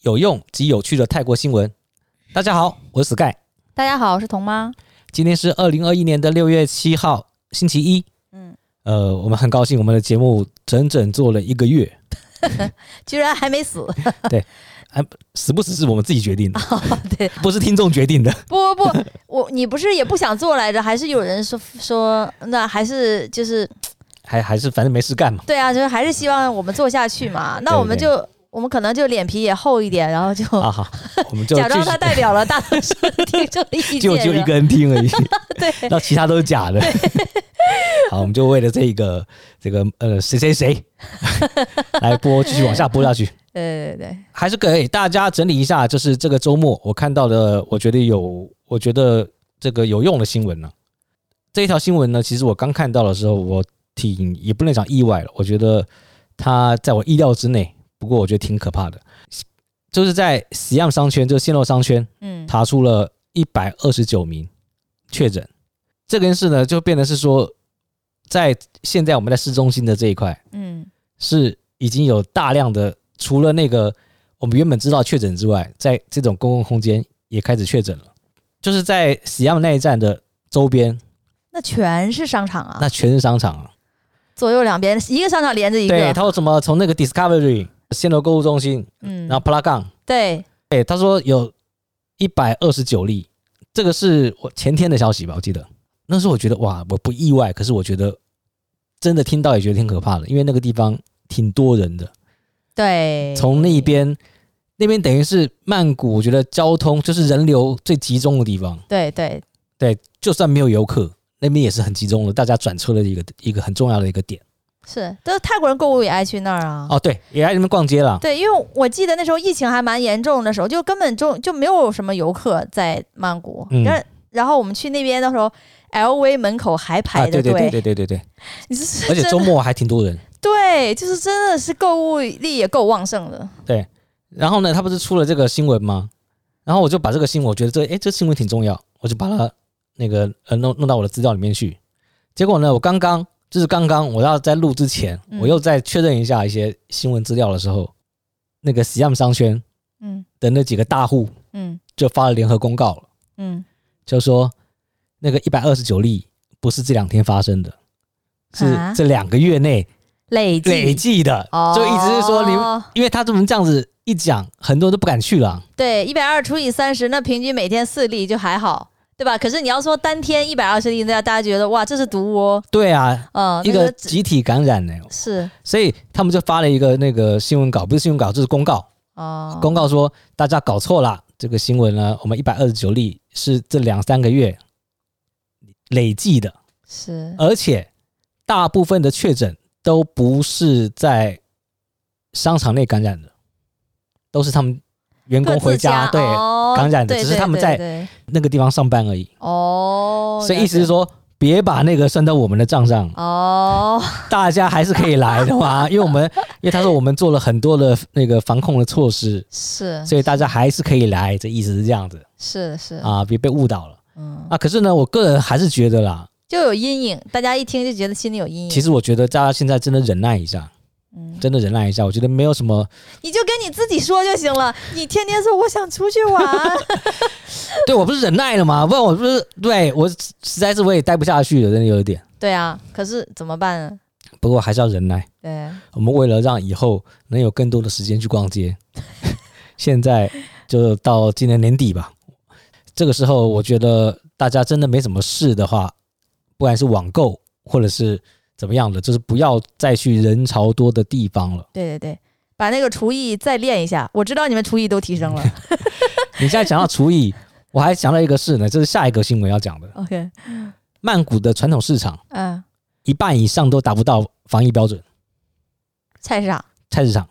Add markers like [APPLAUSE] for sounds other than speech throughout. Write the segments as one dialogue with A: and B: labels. A: 有用及有趣的泰国新闻。大家好，我是 Sky，
B: 大家好，我是童妈。
A: 今天是二零二一年的六月七号，星期一。
B: 嗯，
A: 呃，我们很高兴，我们的节目整整做了一个月，
B: 居然还没 [LAUGHS] 死！
A: 死不死是我们自己决
B: [LAUGHS]
A: 定的，
B: 对，
A: 不是听众决定的。
B: 不不不，我你不是也不想做来着？还是有人说说，那还是就是
A: 还还是反正没事干嘛。
B: 对啊，就是还是希望我们做下去嘛。那
A: 对
B: 我们就我们可能就脸皮也厚一点，然后就、
A: 啊好，我们就
B: 哦 [LAUGHS] 假装
A: 继续
B: 他代表了大多数的听众的意见。
A: 就只有一个人听而已，对， [LAUGHS] 那其他都是假的。好，我们就为了这个这个呃谁谁 [LAUGHS] 谁来播，继续往下播下去。
B: 对对对，
A: 还是给大家整理一下，就是这个周末我看到的，我觉得有，我觉得这个有用的新闻呢、这一条新闻呢，其实我刚看到的时候，我挺也不能讲意外了，我觉得它在我意料之内，不过我觉得挺可怕的，就是在 Siam 商圈，就是暹罗商圈，
B: 嗯，
A: 查出了一百二十九名确诊。这件事呢，就变得是说，在现在我们在市中心的这一块，
B: 嗯
A: 是已经有大量的除了那个我们原本知道确诊之外，在这种公共空间也开始确诊了。就是在喜亚那一站的周边，
B: 那全是商场啊
A: 那，全是商场啊。
B: 左右两边一个商场连着一
A: 对，
B: 个。
A: 他说什么从那个 Discovery 暹罗购物中心，
B: 嗯
A: 然后 p l a g a n
B: 对，
A: 对，哎他说有一百二十九例，这个是我前天的消息吧，我记得那时候我觉得哇，我不意外，可是我觉得真的听到也觉得挺可怕的，因为那个地方挺多人的，
B: 对，
A: 从那边那边等于是曼谷，我觉得交通就是人流最集中的地方，
B: 对对，
A: 对，就算没有游客，那边也是很集中的，大家转车的一个一个很重要的一个点。
B: 是，都是泰国人购物也爱去那儿啊。
A: 哦，对，也来那边逛街了，
B: 对，因为我记得那时候疫情还蛮严重的时候，就根本就就没有什么游客在曼谷。
A: 嗯
B: 然后然后我们去那边的时候，LV 门口还
A: 啊，
B: 排着
A: 对
B: 队，
A: 对对对对对
B: [LAUGHS]
A: 对，
B: 你这是
A: 而且
B: 真
A: 周
B: 的
A: 末还挺多人。
B: 对，就是真的是购物力也够旺盛的。
A: 然后呢，他不是出了这个新闻吗？然后我就把这个新闻，我觉得这哎这新闻挺重要，我就把它那个呃弄弄到我的资料里面去。结果呢，我刚刚就是刚刚我要在录之前，
B: 嗯
A: 我又再确认一下一些新闻资料的时候，那个 Siam 商圈
B: 嗯
A: 的那几个大户
B: 嗯
A: 就发了联合公告了，
B: 嗯，
A: 就说那个一百二十九例不是这两天发生的，是
B: 啊
A: 这两个月内
B: 累计
A: 累计的，
B: 哦，
A: 就一直是说你们，因为他这么这样子一讲，很多人都不敢去了啊、
B: 对一百二除以三十，那平均每天四例就还好。对吧？可是你要说单天一百二十例，那大家觉得哇，这是毒窝，
A: 对啊，
B: 嗯、
A: 一
B: 那
A: 个
B: 只
A: 集体感染呢、
B: 是
A: 所以他们就发了一个那个新闻稿，不是新闻稿，就是公告，
B: 哦，
A: 公告说大家搞错了，这个新闻呢，我们一百二十九例是这两三个月累计的，
B: 是
A: 而且大部分的确诊都不是在商场内感染的，都是他们员
B: 各
A: 工
B: 自
A: 回家对、
B: 哦
A: 感染的
B: 对
A: 只是他们
B: 对
A: 在
B: 对对
A: 那个地方上班而已，
B: 哦，
A: 所以
B: 了
A: 意思是
B: 解
A: 说。别把那个算到我们的账上，
B: 哦，
A: 大家还是可以来的嘛，因为我们，因为他说我们做了很多的那个防控的措施，
B: 是
A: 所以大家还是可以来，这意思是这样子
B: 是嗯是，
A: 啊，别被误导了
B: 嗯，
A: 啊。可是呢，我个人还是觉得啦，
B: 就有阴影，大家一听就觉得心里有阴影。
A: 其，实我觉得大家现在真的忍耐一下，
B: 嗯，
A: 真的忍耐一下，我觉得没有什么，
B: 你就跟你自己说就行了，你天天说我想出去玩，
A: [LAUGHS] 对我不是忍耐了吗？不然我不是对我实在是我也待不下去了，真的有一点。
B: 对啊，可是怎么办呢？
A: 不过还是要忍耐，
B: 对，
A: 我们为了让以后能有更多的时间去逛街， [LAUGHS] 现在就到今年年底吧。这个时候，我觉得大家真的没什么事的话，不管是网购或者是怎么样的，就是不要再去人潮多的地方了。
B: 对对对，把那个厨艺再练一下。我知道你们厨艺都提升了。
A: [LAUGHS] 你现在讲到厨艺，我还想到一个事呢，这是下一个新闻要讲的。
B: OK，
A: 曼谷的传统市场
B: 嗯，
A: 一半以上都达不到防疫标准，
B: 菜市场，
A: 菜市场，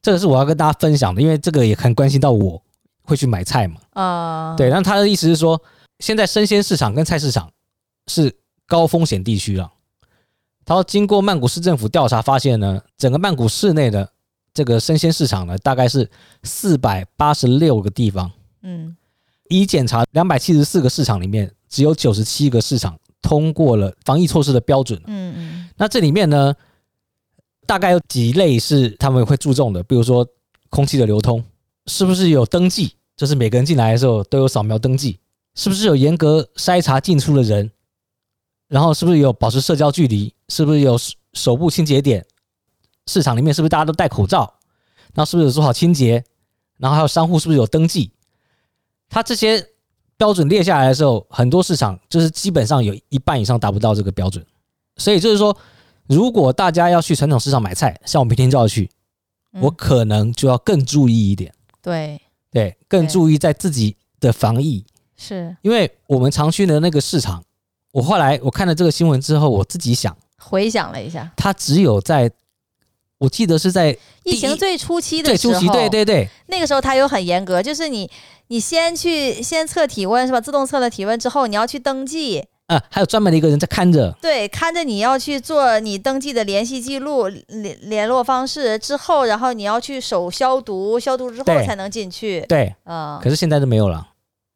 A: 这个是我要跟大家分享的，因为这个也很关心到我，会去买菜嘛。
B: 啊，
A: 对，，那他的意思是说，现在生鲜市场跟菜市场是高风险地区了。他说，经过曼谷市政府调查发现呢，整个曼谷市内的这个生鲜市场呢，大概是四百八十六个地方，
B: 嗯，
A: 已检查两百七十四个市场里面，只有九十七个市场通过了防疫措施的标准。
B: 嗯嗯
A: 那这里面呢，大概有几类是他们会注重的，比如说空气的流通，是不是有登记？就是每个人进来的时候都有扫描登记，是不是有严格筛查进出的人？然后是不是有保持社交距离？是不是有手手部清洁点？市场里面是不是大家都戴口罩？然后是不是有做好清洁？然后还有商户是不是有登记？他这些标准列下来的时候，很多市场就是基本上有一半以上达不到这个标准，所以就是说，如果大家要去传统市场买菜，像我明天就要去，
B: 嗯
A: 我可能就要更注意一点，
B: 对，
A: 对，更
B: 对
A: 注意在自己的防疫，
B: 是
A: 因为我们常去的那个市场，我后来我看了这个新闻之后，我自己想，
B: 回想了一下，
A: 它只有在，我记得是在第
B: 疫
A: 一
B: 情最初期的
A: 最
B: 时
A: 初
B: 候，
A: 期，对对对，
B: 那个时候它有很严格，就是你你先去先测体温是吧？自动测了体温之后，你要去登记，
A: 啊，还有专门的一个人在看着，
B: 对，看着你要去做你登记的联系记录、联联络方式之后，然后你要去手消毒，消毒之后
A: 对
B: 才能进去。
A: 对，
B: 嗯，
A: 可是现在就没有了。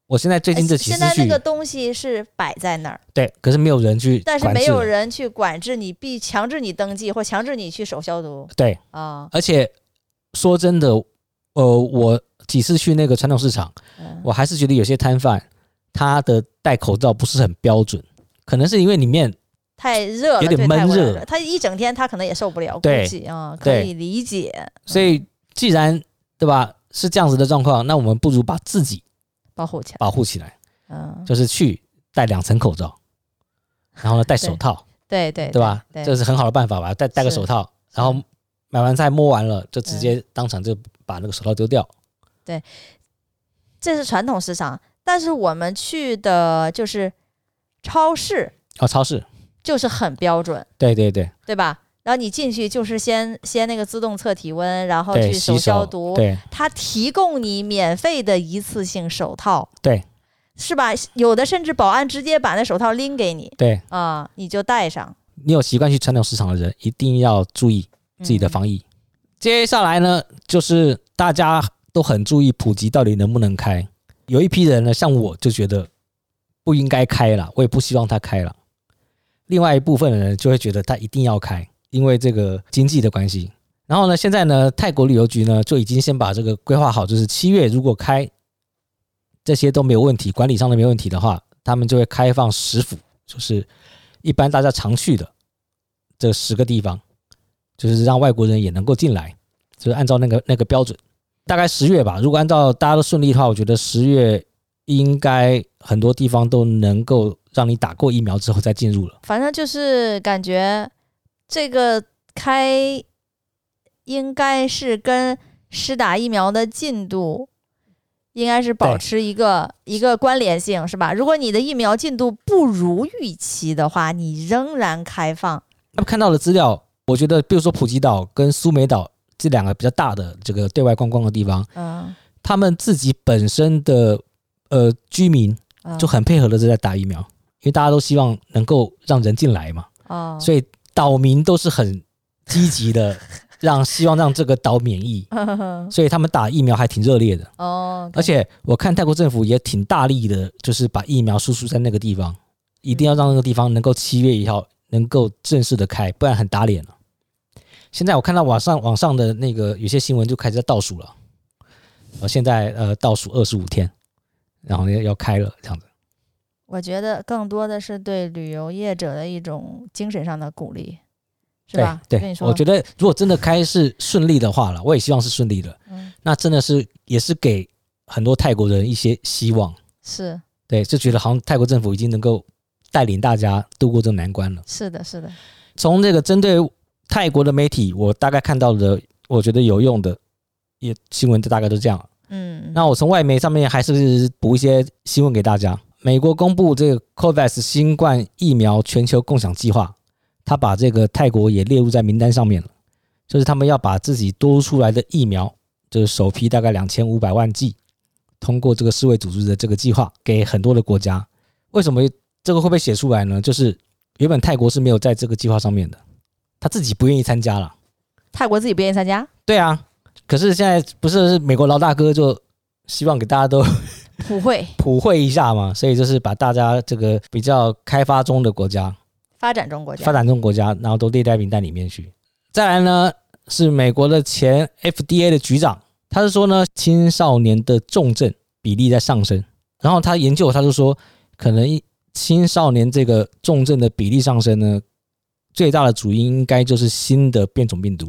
A: 我现在最近这
B: 哎
A: 几
B: 现
A: 次
B: 在
A: 去，
B: 那个东西是摆在那儿，
A: 对，可是没有人去管
B: 但
A: 制
B: 是
A: 了，
B: 没有人去管制你，必强制你登记或强制你去手消毒
A: 对，
B: 啊。
A: 而且说真的，呃，我几次去那个传统市场，
B: 嗯，
A: 我还是觉得有些摊贩他的戴口罩不是很标准，可能是因为里面
B: 太热了，
A: 有点
B: 对太
A: 闷
B: 过
A: 热
B: 了他一整天他可能也受不了，估
A: 对
B: 计啊，可
A: 对
B: 以理解，
A: 所以既然对吧是这样子的状况，那我们不如把自己
B: 保护起来。
A: 保护起来，
B: 嗯，
A: 就是去戴两层口罩，然后呢戴手套，
B: 对对
A: 对吧？
B: 对
A: 这是很好的办法吧？戴戴个
B: 是
A: 手套，然后买完菜摸完了就直接当场就把那个手套丢掉。
B: 这是传统市场，但是我们去的就是超市，
A: 哦，超市，
B: 就是很标准，
A: 对对对
B: 对吧？然后你进去就是先先那个自动测体温，然后
A: 对，
B: 去
A: 洗
B: 消
A: 手，
B: 毒，
A: 对
B: 它提供你免费的一次性手套，
A: 对，
B: 是吧？有的甚至保安直接把那手套拎给你
A: 对。
B: 啊、你就戴上。
A: 你有习惯去传统市场的人，一定要注意自己的
B: 疫、
A: 防疫。接下来呢，就是大家都很注意普及到底能不能开。有一批人呢，像我就觉得不应该开了，我也不希望它开了。另外一部分的人就会觉得它一定要开，因为这个经济的关系。然后呢，现在呢，泰国旅游局呢就已经先把这个规划好，就是七月如果开这些都没有问题，管理上都没问题的话，他们就会开放食府，就是一般大家常去的这十个地方，就是让外国人也能够进来，就是按照那个那个标准，大概十月吧。如果按照大家都顺利的话，我觉得十月应该很多地方都能够让你打过疫苗之后再进入了。
B: 反正就是感觉这个开应该是跟施打疫苗的进度应该是保
A: 对
B: 持一个一个关联性，是吧？如果你的疫苗进度不如预期的话，你仍然开放。
A: 他们看到的资料，我觉得比如说普吉岛跟苏梅岛这两个比较大的这个对外观光的地方，
B: 嗯，
A: 他们自己本身的呃居民
B: 嗯
A: 就很配合的在打疫苗，因为大家都希望能够让人进来嘛。
B: 哦，
A: 所以岛民都是很积极的，让希望让这个岛免疫，所以他们打疫苗还挺热烈的。
B: [LAUGHS] 哦，
A: 而且我看泰国政府也挺大力的，就是把疫苗输出在那个地方，一
B: 嗯
A: 定要让那个地方能够七月一号能够正式的开，不然很打脸了。现在我看到网上网上的那个有些新闻就开始在倒数了，呃，现在呃倒数二十五天，然后要要开了这样子。
B: 我觉得更多的是对旅游业者的一种精神上的鼓励，是吧？
A: 对，
B: 啊跟
A: 对
B: 你说，
A: 我觉得如果真的开是顺利的话了，我也希望是顺利的。
B: 嗯，
A: 那真的是也是给很多泰国人一些希望，
B: 是
A: 对，就觉得好像泰国政府已经能够带领大家度过这个难关了。
B: 是的，是的，
A: 从这个针对泰国的媒体，我大概看到的，我觉得有用的也新闻，就大概都这样。
B: 嗯，
A: 那我从外媒上面还是补一些新闻给大家。美国公布这个 COVAX 新冠疫苗全球共享计划，他把这个泰国也列入在名单上面了，就是他们要把自己多出来的疫苗，就是首批大概两千五百万剂，通过这个世卫组织的这个计划给很多的国家。为什么这个会被写出来呢？就是原本泰国是没有在这个计划上面的，他自己不愿意参加了。
B: 泰国自己不愿意参加，
A: 对啊，可是现在不是美国老大哥就希望给大家都
B: 普惠
A: 普惠一下嘛，所以就是把大家这个比较开发中的国家、
B: 发展中国家嗯
A: 发展中国家，然后都列在名单里面去。再来呢，是美国的前 FDA 的局长，他是说呢，青少年的重症比例在上升，然后他研究他就说，可能一青少年这个重症的比例上升呢，最大的主因应该就是新的变种病毒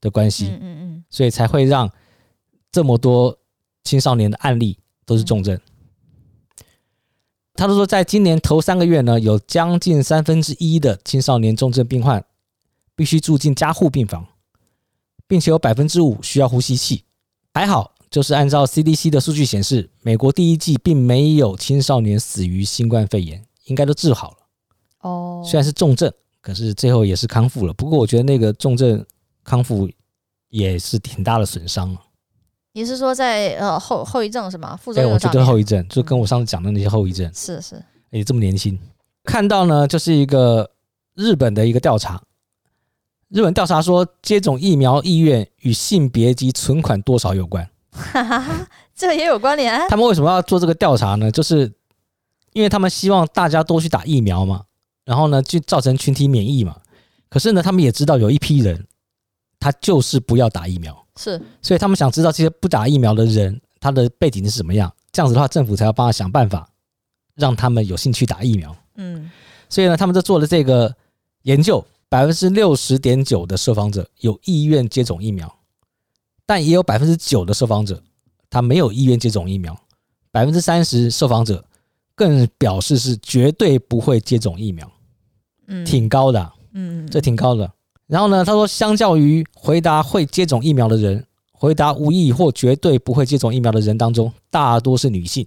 A: 的关系。
B: 嗯嗯嗯，
A: 所以才会让这么多青少年的案例都是重症。他就说，在今年头三个月呢，有将近三分之一的青少年重症病患必须住进加护病房，并且有百分之五需要呼吸器。还好，就是按照 CDC 的数据显示，美国第一季并没有青少年死于新冠肺炎，应该都治好了。
B: 哦，
A: 虽然是重症，可是最后也是康复了。不过我觉得那个重症康复也是挺大的损伤了。啊
B: 你是说在呃后后遗症是吗？副作
A: 对，
B: 用
A: 哎我觉
B: 上
A: 得
B: 面
A: 后遗症就
B: 嗯
A: 跟我上次讲的那些后遗症，
B: 是是，
A: 也这么年轻。看到呢，就是一个日本的一个调查，日本调查说接种疫苗意愿与性别及存款多少有关。
B: 哈哈哈，这也有关联。
A: 他们为什么要做这个调查呢？就是因为他们希望大家都去打疫苗嘛，然后呢，就造成群体免疫嘛。可是呢，他们也知道有一批人，他就是不要打疫苗，
B: 是
A: 所以他们想知道这些不打疫苗的人他的背景是什么样，这样子的话，政府才要帮他想办法让他们有兴趣打疫苗。
B: 嗯，
A: 所以呢，他们就做了这个研究，百分之六十点九的受访者有意愿接种疫苗，但也有百分之九的受访者他没有意愿接种疫苗，百分之三十受访者更表示是绝对不会接种疫苗，
B: 嗯，
A: 挺高的啊、
B: 嗯，嗯
A: 这挺高的。然后呢，他说，相较于回答会接种疫苗的人，回答无意或绝对不会接种疫苗的人当中，大多是女性，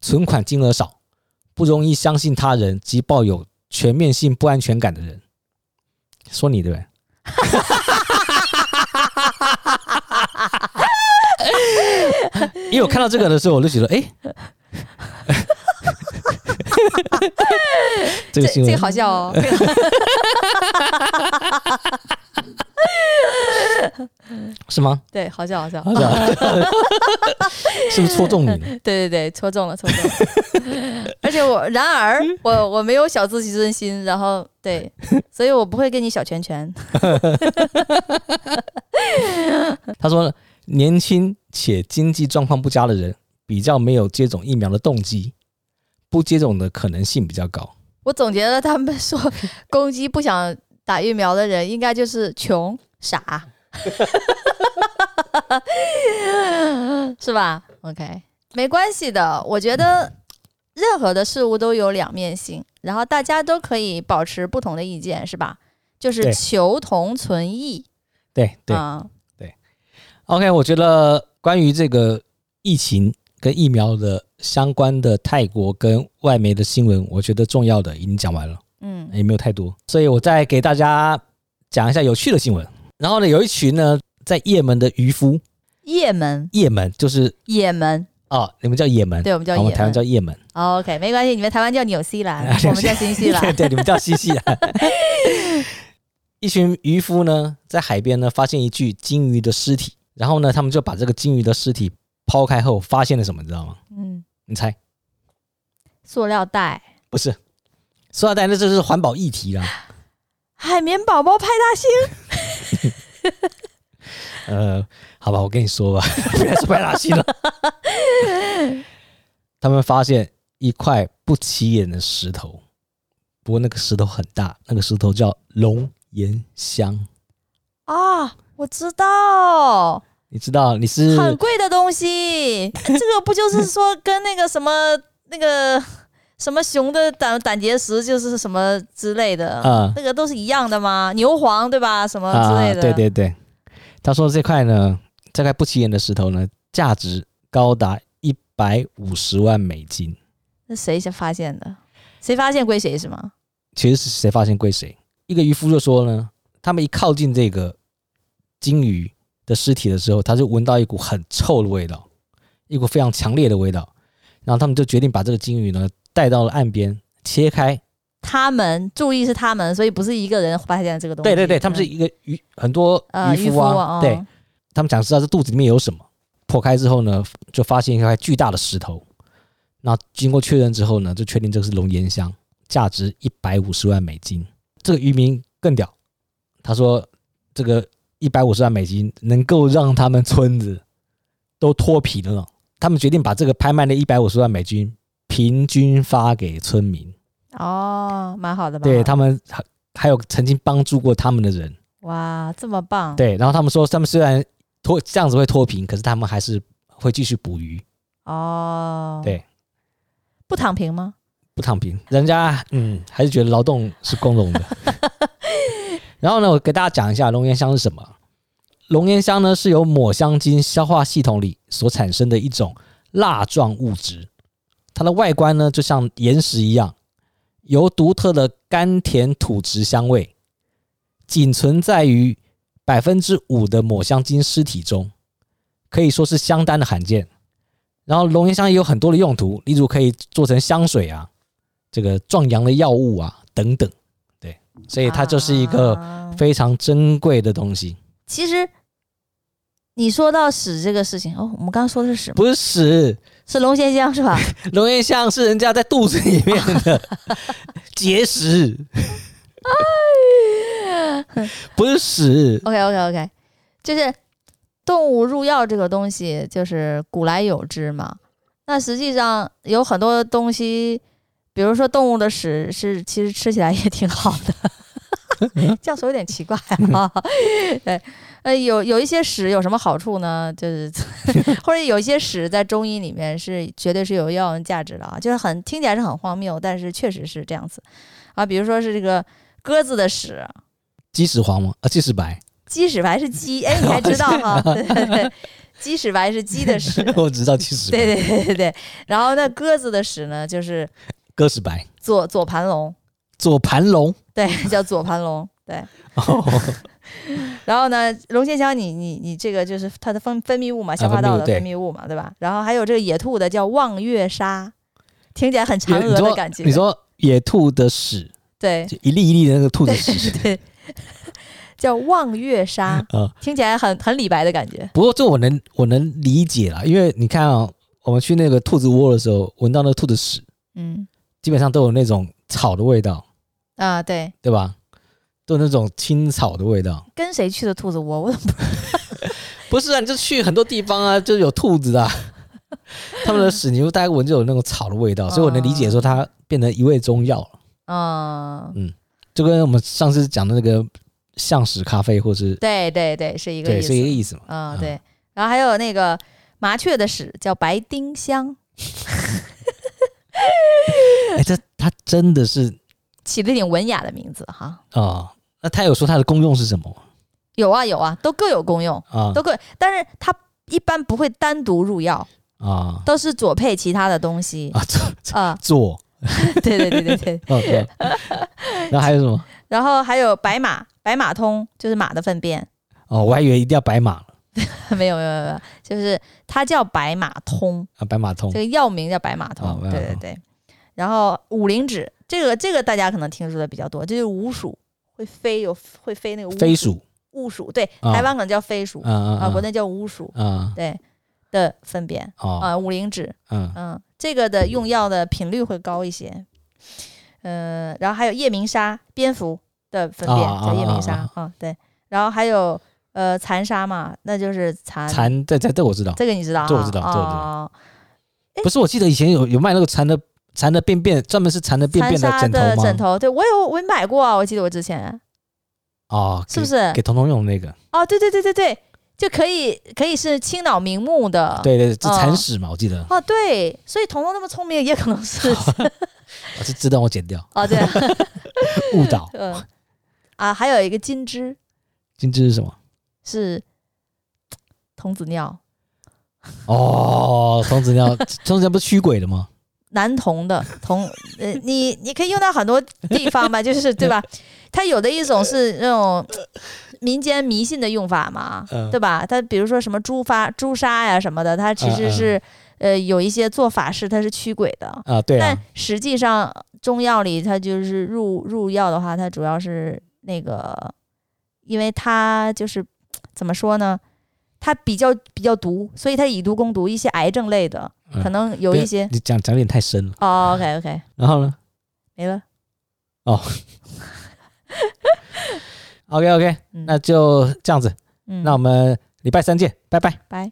A: 存款金额少，不容易相信他人及抱有全面性不安全感的人。说你对不对？因为我看到这个的时候，我就觉得，哎、
B: [LAUGHS]
A: 这个
B: 这
A: 新
B: 这
A: 闻
B: 个好笑
A: [LAUGHS]
B: 哦。这个
A: 是吗？
B: 对，好笑好笑。
A: 好的，是不是戳中你了？
B: 对对对，戳中了戳中了。 [LAUGHS] 而且我，然而我我没有小自己尊心，然后对，所以我不会给你小拳拳。
A: 他说，年轻且经济状况不佳的人比较没有接种疫苗的动机，不接种的可能性比较高。
B: 我总结了他们说攻击不想打疫苗的人，应该就是穷傻， [LAUGHS] 是吧？OK，没关系的，我觉得任何的事物都有两面性，然后大家都可以保持不同的意见，是吧？就
A: 对
B: 是求同存异
A: 对对、
B: 啊，
A: o k 我觉得关于这个疫情跟疫苗的相关的泰国跟外媒的新闻，我觉得重要的已经讲完了，
B: 嗯
A: 也没有太多，所以我再给大家讲一下有趣的新闻。然后呢，有一群呢在也门的渔夫，
B: 也门，
A: 也门就是
B: 也门，
A: 哦，你们叫也门，
B: 对我们叫
A: 好我
B: 也
A: 们台湾
B: 门
A: 叫也门。
B: ，OK，没关系，你们台湾叫纽西
A: [LAUGHS]
B: 兰，我们叫新西
A: 对
B: 兰，
A: 对，你们叫西西兰。 [LAUGHS] 一群渔夫呢，在海边呢发现一具鲸鱼的尸体，然后呢，他们就把这个鲸鱼的尸体抛开后，发现了什么？你知道吗？
B: 嗯，
A: 你猜？
B: 塑料袋。
A: 不是，塑料袋那就是环保议题啦。
B: 海绵宝宝派大星，
A: 呃，好吧，我跟你说吧， [LAUGHS] 别说派大星了。 [LAUGHS] 他们发现一块不起眼的石头，不过那个石头很大，那个石头叫龙涎香。
B: 啊，我知道，
A: 你知道你是
B: 很贵的东
A: 嗯
B: 西。哎这个不就是说跟那个什么那个什么熊的胆胆结石就是什么之类的，
A: 啊
B: 那个都是一样的吗？牛黄对吧？什么哦之
A: 啊，
B: 类的？
A: 对对对，他说这块呢，这块不起眼的石头呢，价值高达一百五十万美金。
B: 那谁先发现的？谁发现归谁是吗？
A: 其实是谁发现归谁？一个渔夫就说呢，他们一靠近这个鲸鱼的尸体的时候，他就闻到一股很臭的味道，一一股非常强烈的味道，然后他们就决定把这个鲸鱼呢带到了岸边，切开。
B: 他们注意是他们，所以不是一个人发现这个东西。嗯
A: 对对对，他们是一个渔很多
B: 呃
A: 渔
B: 渔
A: 夫啊，
B: 哦
A: 对他们想知道这肚子里面有什么。破开之后呢，就发现一块巨大的石头。那经过确认之后呢，就确定这个是龙涎香，价值一百五十万美金。这个渔民更屌，他说这个一百五十万美金能够让他们村子都脱贫了。他们决定把这个拍卖的一百五十万美金平均发给村民，
B: 哦，蛮好的，蛮好
A: 对
B: 的
A: 他们还还有曾经帮助过他们的人。
B: 哇，这么棒，
A: 对，然后他们说，他们虽然脱这样子会脱贫，可是他们还是会继续捕鱼，
B: 哦，
A: 对，
B: 不躺平吗？
A: 不躺平。人家嗯，还是觉得劳动是光荣的。然后呢，我给大家讲一下龙涎香是什么。龙涎香呢是由抹香鲸消化系统里所产生的一种蜡状物质，它的外观呢就像岩石一样，由独特的甘甜土质香味，仅存在于百分之五的抹香鲸尸体中，可以说是相当的罕见。然后龙涎香也有很多的用途，例如可以做成香水啊，这个壮阳的药物啊等等，对，所以它就是一个
B: 啊
A: 非常珍贵的东西，
B: 其实你说到屎这个事情，哦，我们刚刚说的是屎吗？
A: 不是屎
B: 是龙涎香
A: [LAUGHS]
B: 是吧？
A: 龙涎香是人家在肚子里面
B: [LAUGHS]
A: 的结石，不是屎，
B: OK OK OK，就是动物入药这个东西，就是古来有之嘛。那实际上有很多东西，比如说动物的屎是其实吃起来也挺好的， [LAUGHS] 这样说有点奇怪啊。 [LAUGHS] 对，呃，有有一些屎有什么好处呢？就是 [LAUGHS] 或者有一些屎在中医里面是绝对是有药用价值的啊，就是很听起来是很荒谬，但是确实是这样子啊。比如说是这个鸽子的屎，
A: 鸡屎黄吗？啊，鸡屎白，
B: 鸡屎白
A: [LAUGHS]
B: 是鸡，哎，你还知道哈？对对对，鸡屎白是鸡的
A: [LAUGHS]
B: 屎，
A: 我只知道鸡屎白，
B: 对对对对对。然后那鸽子的屎呢，就是
A: 鸽屎白，
B: 左左盘龙，
A: 左盘龙， [LAUGHS]
B: 对，叫左盘龙，对。
A: 哦，
B: 然后呢，龙涎香你，你你这个就是它的分分泌物嘛，消化道的
A: 啊分
B: 分
A: 泌
B: 泌物嘛，对吧？然后还有这个野兔的叫望月沙，听起来很
A: 哦你
B: 嫦娥
A: 你
B: 的
A: 说
B: 感觉。
A: 你说野兔的屎，
B: 对
A: 就一粒一粒的那个兔子屎
B: 对， [LAUGHS] 叫望月
A: [LAUGHS]
B: 沙，
A: 啊，
B: 听起来很很李白的感觉。
A: 不过这我能我能理解啦，因为你看啊，我们去那个兔子窝的时候，闻到那个兔子屎，
B: 嗯
A: 基本上都有那种草的味道，
B: 啊，对，
A: 对吧？都有那种青草的味道。
B: 跟谁去的兔子窝？我怎么
A: 不是啊，你就去很多地方啊，就有兔子
B: [LAUGHS]
A: 啊，他们的屎你就大概闻就有那种草的味道，所以我能理解说它变成一味中药了，
B: 嗯，
A: 就跟我们上次讲的那个象屎咖啡，或是
B: 对对对，是一个
A: 对
B: 意
A: 是一个
B: 思。
A: 意思嘛。
B: 嗯，
A: 嗯
B: 对。然后还有那个麻雀的屎叫白丁香，
A: 哎，这它真的是
B: 起的挺文雅的名字哈。
A: 啊、那它有说它的功用是什么吗
B: 有啊有啊，都各有功用，
A: 啊
B: 都各，但是它一般不会单独入药，
A: 啊
B: 都是左配其他的东西
A: 啊做
B: 啊、
A: 做
B: [LAUGHS] 对对对对对。
A: 哦，对。
B: [LAUGHS]
A: 然后还有什么？
B: 然后还有白马，白马通就是马的粪便， [LAUGHS]
A: 哦，我还以为一定要白马了
B: 没有没有没有没有，就是它叫白马通，
A: 啊，白马通
B: 这个药名叫白马通，
A: 哦白马
B: 对对
A: 通
B: 对。然后五灵指，这个这个大家可能听说的比较多，这就是鼯鼠，会飞有会飞那个鼯
A: 飞
B: 鼠，
A: 鼠，
B: 鼯鼠对，
A: 啊
B: 台湾可能叫飞鼠
A: 嗯嗯
B: 啊，国
A: 嗯
B: 内叫鼯鼠，
A: 嗯
B: 对的粪便
A: 哦
B: 啊，五灵指，
A: 嗯
B: 嗯，这个的用药的频率会高一些，嗯，然后还有夜明砂，蝙蝠的粪便
A: 啊啊
B: 叫夜明
A: 啊
B: 砂啊，对，然后还有呃蚕沙嘛，那就是蚕，
A: 蚕这这这我知道，
B: 这个你知道哈？啊
A: 这我知道这我知道
B: 哦
A: 不是我记得以前有有卖那个蚕的蚕的便便，专门是蚕的便
B: 蚕
A: 便的
B: 沙
A: 枕头
B: 的枕
A: 吗？
B: 头，对我有我买过啊，我记得我之前
A: 哦，
B: 是不
A: 给
B: 是？
A: 给彤彤用的那个？
B: 哦，对对对对对，就可以可以是清脑明目的，
A: 对对，这
B: 哦
A: 蚕屎嘛，我记得
B: 哦，对，所以彤彤那么聪明，也可能
A: [LAUGHS]
B: 是
A: 啊这自动我剪掉， [LAUGHS]
B: 哦，对，
A: 误导。
B: 嗯啊，还有一个金枝
A: 金枝是什么？
B: 是童子尿，
A: 哦，童子尿， [LAUGHS] 童子尿不是驱鬼的吗？
B: 男童的童，呃，你你可以用到很多地方吧，就是对
A: [LAUGHS]
B: 吧？它有的一种是那种民间迷信的用法嘛，
A: 嗯
B: 对吧？它比如说什么朱发朱砂呀什么的，它其
A: 嗯
B: 实
A: 嗯
B: 是呃，有一些做法事它是驱鬼的，
A: 啊，对
B: 但
A: 啊，
B: 实际上中药里它就是入入药的话，它主要是那个，因为它就是怎么说呢，它比较比较毒，所以它以毒攻毒，一些癌症类的
A: 嗯
B: 可能有一些。
A: 你讲讲得有点太深了。
B: 哦，OK OK，
A: 然后呢
B: 没了。
A: ？OK OK，
B: 嗯
A: 那就这样子，
B: 嗯，
A: 那我们礼拜三见，拜拜。
B: 拜。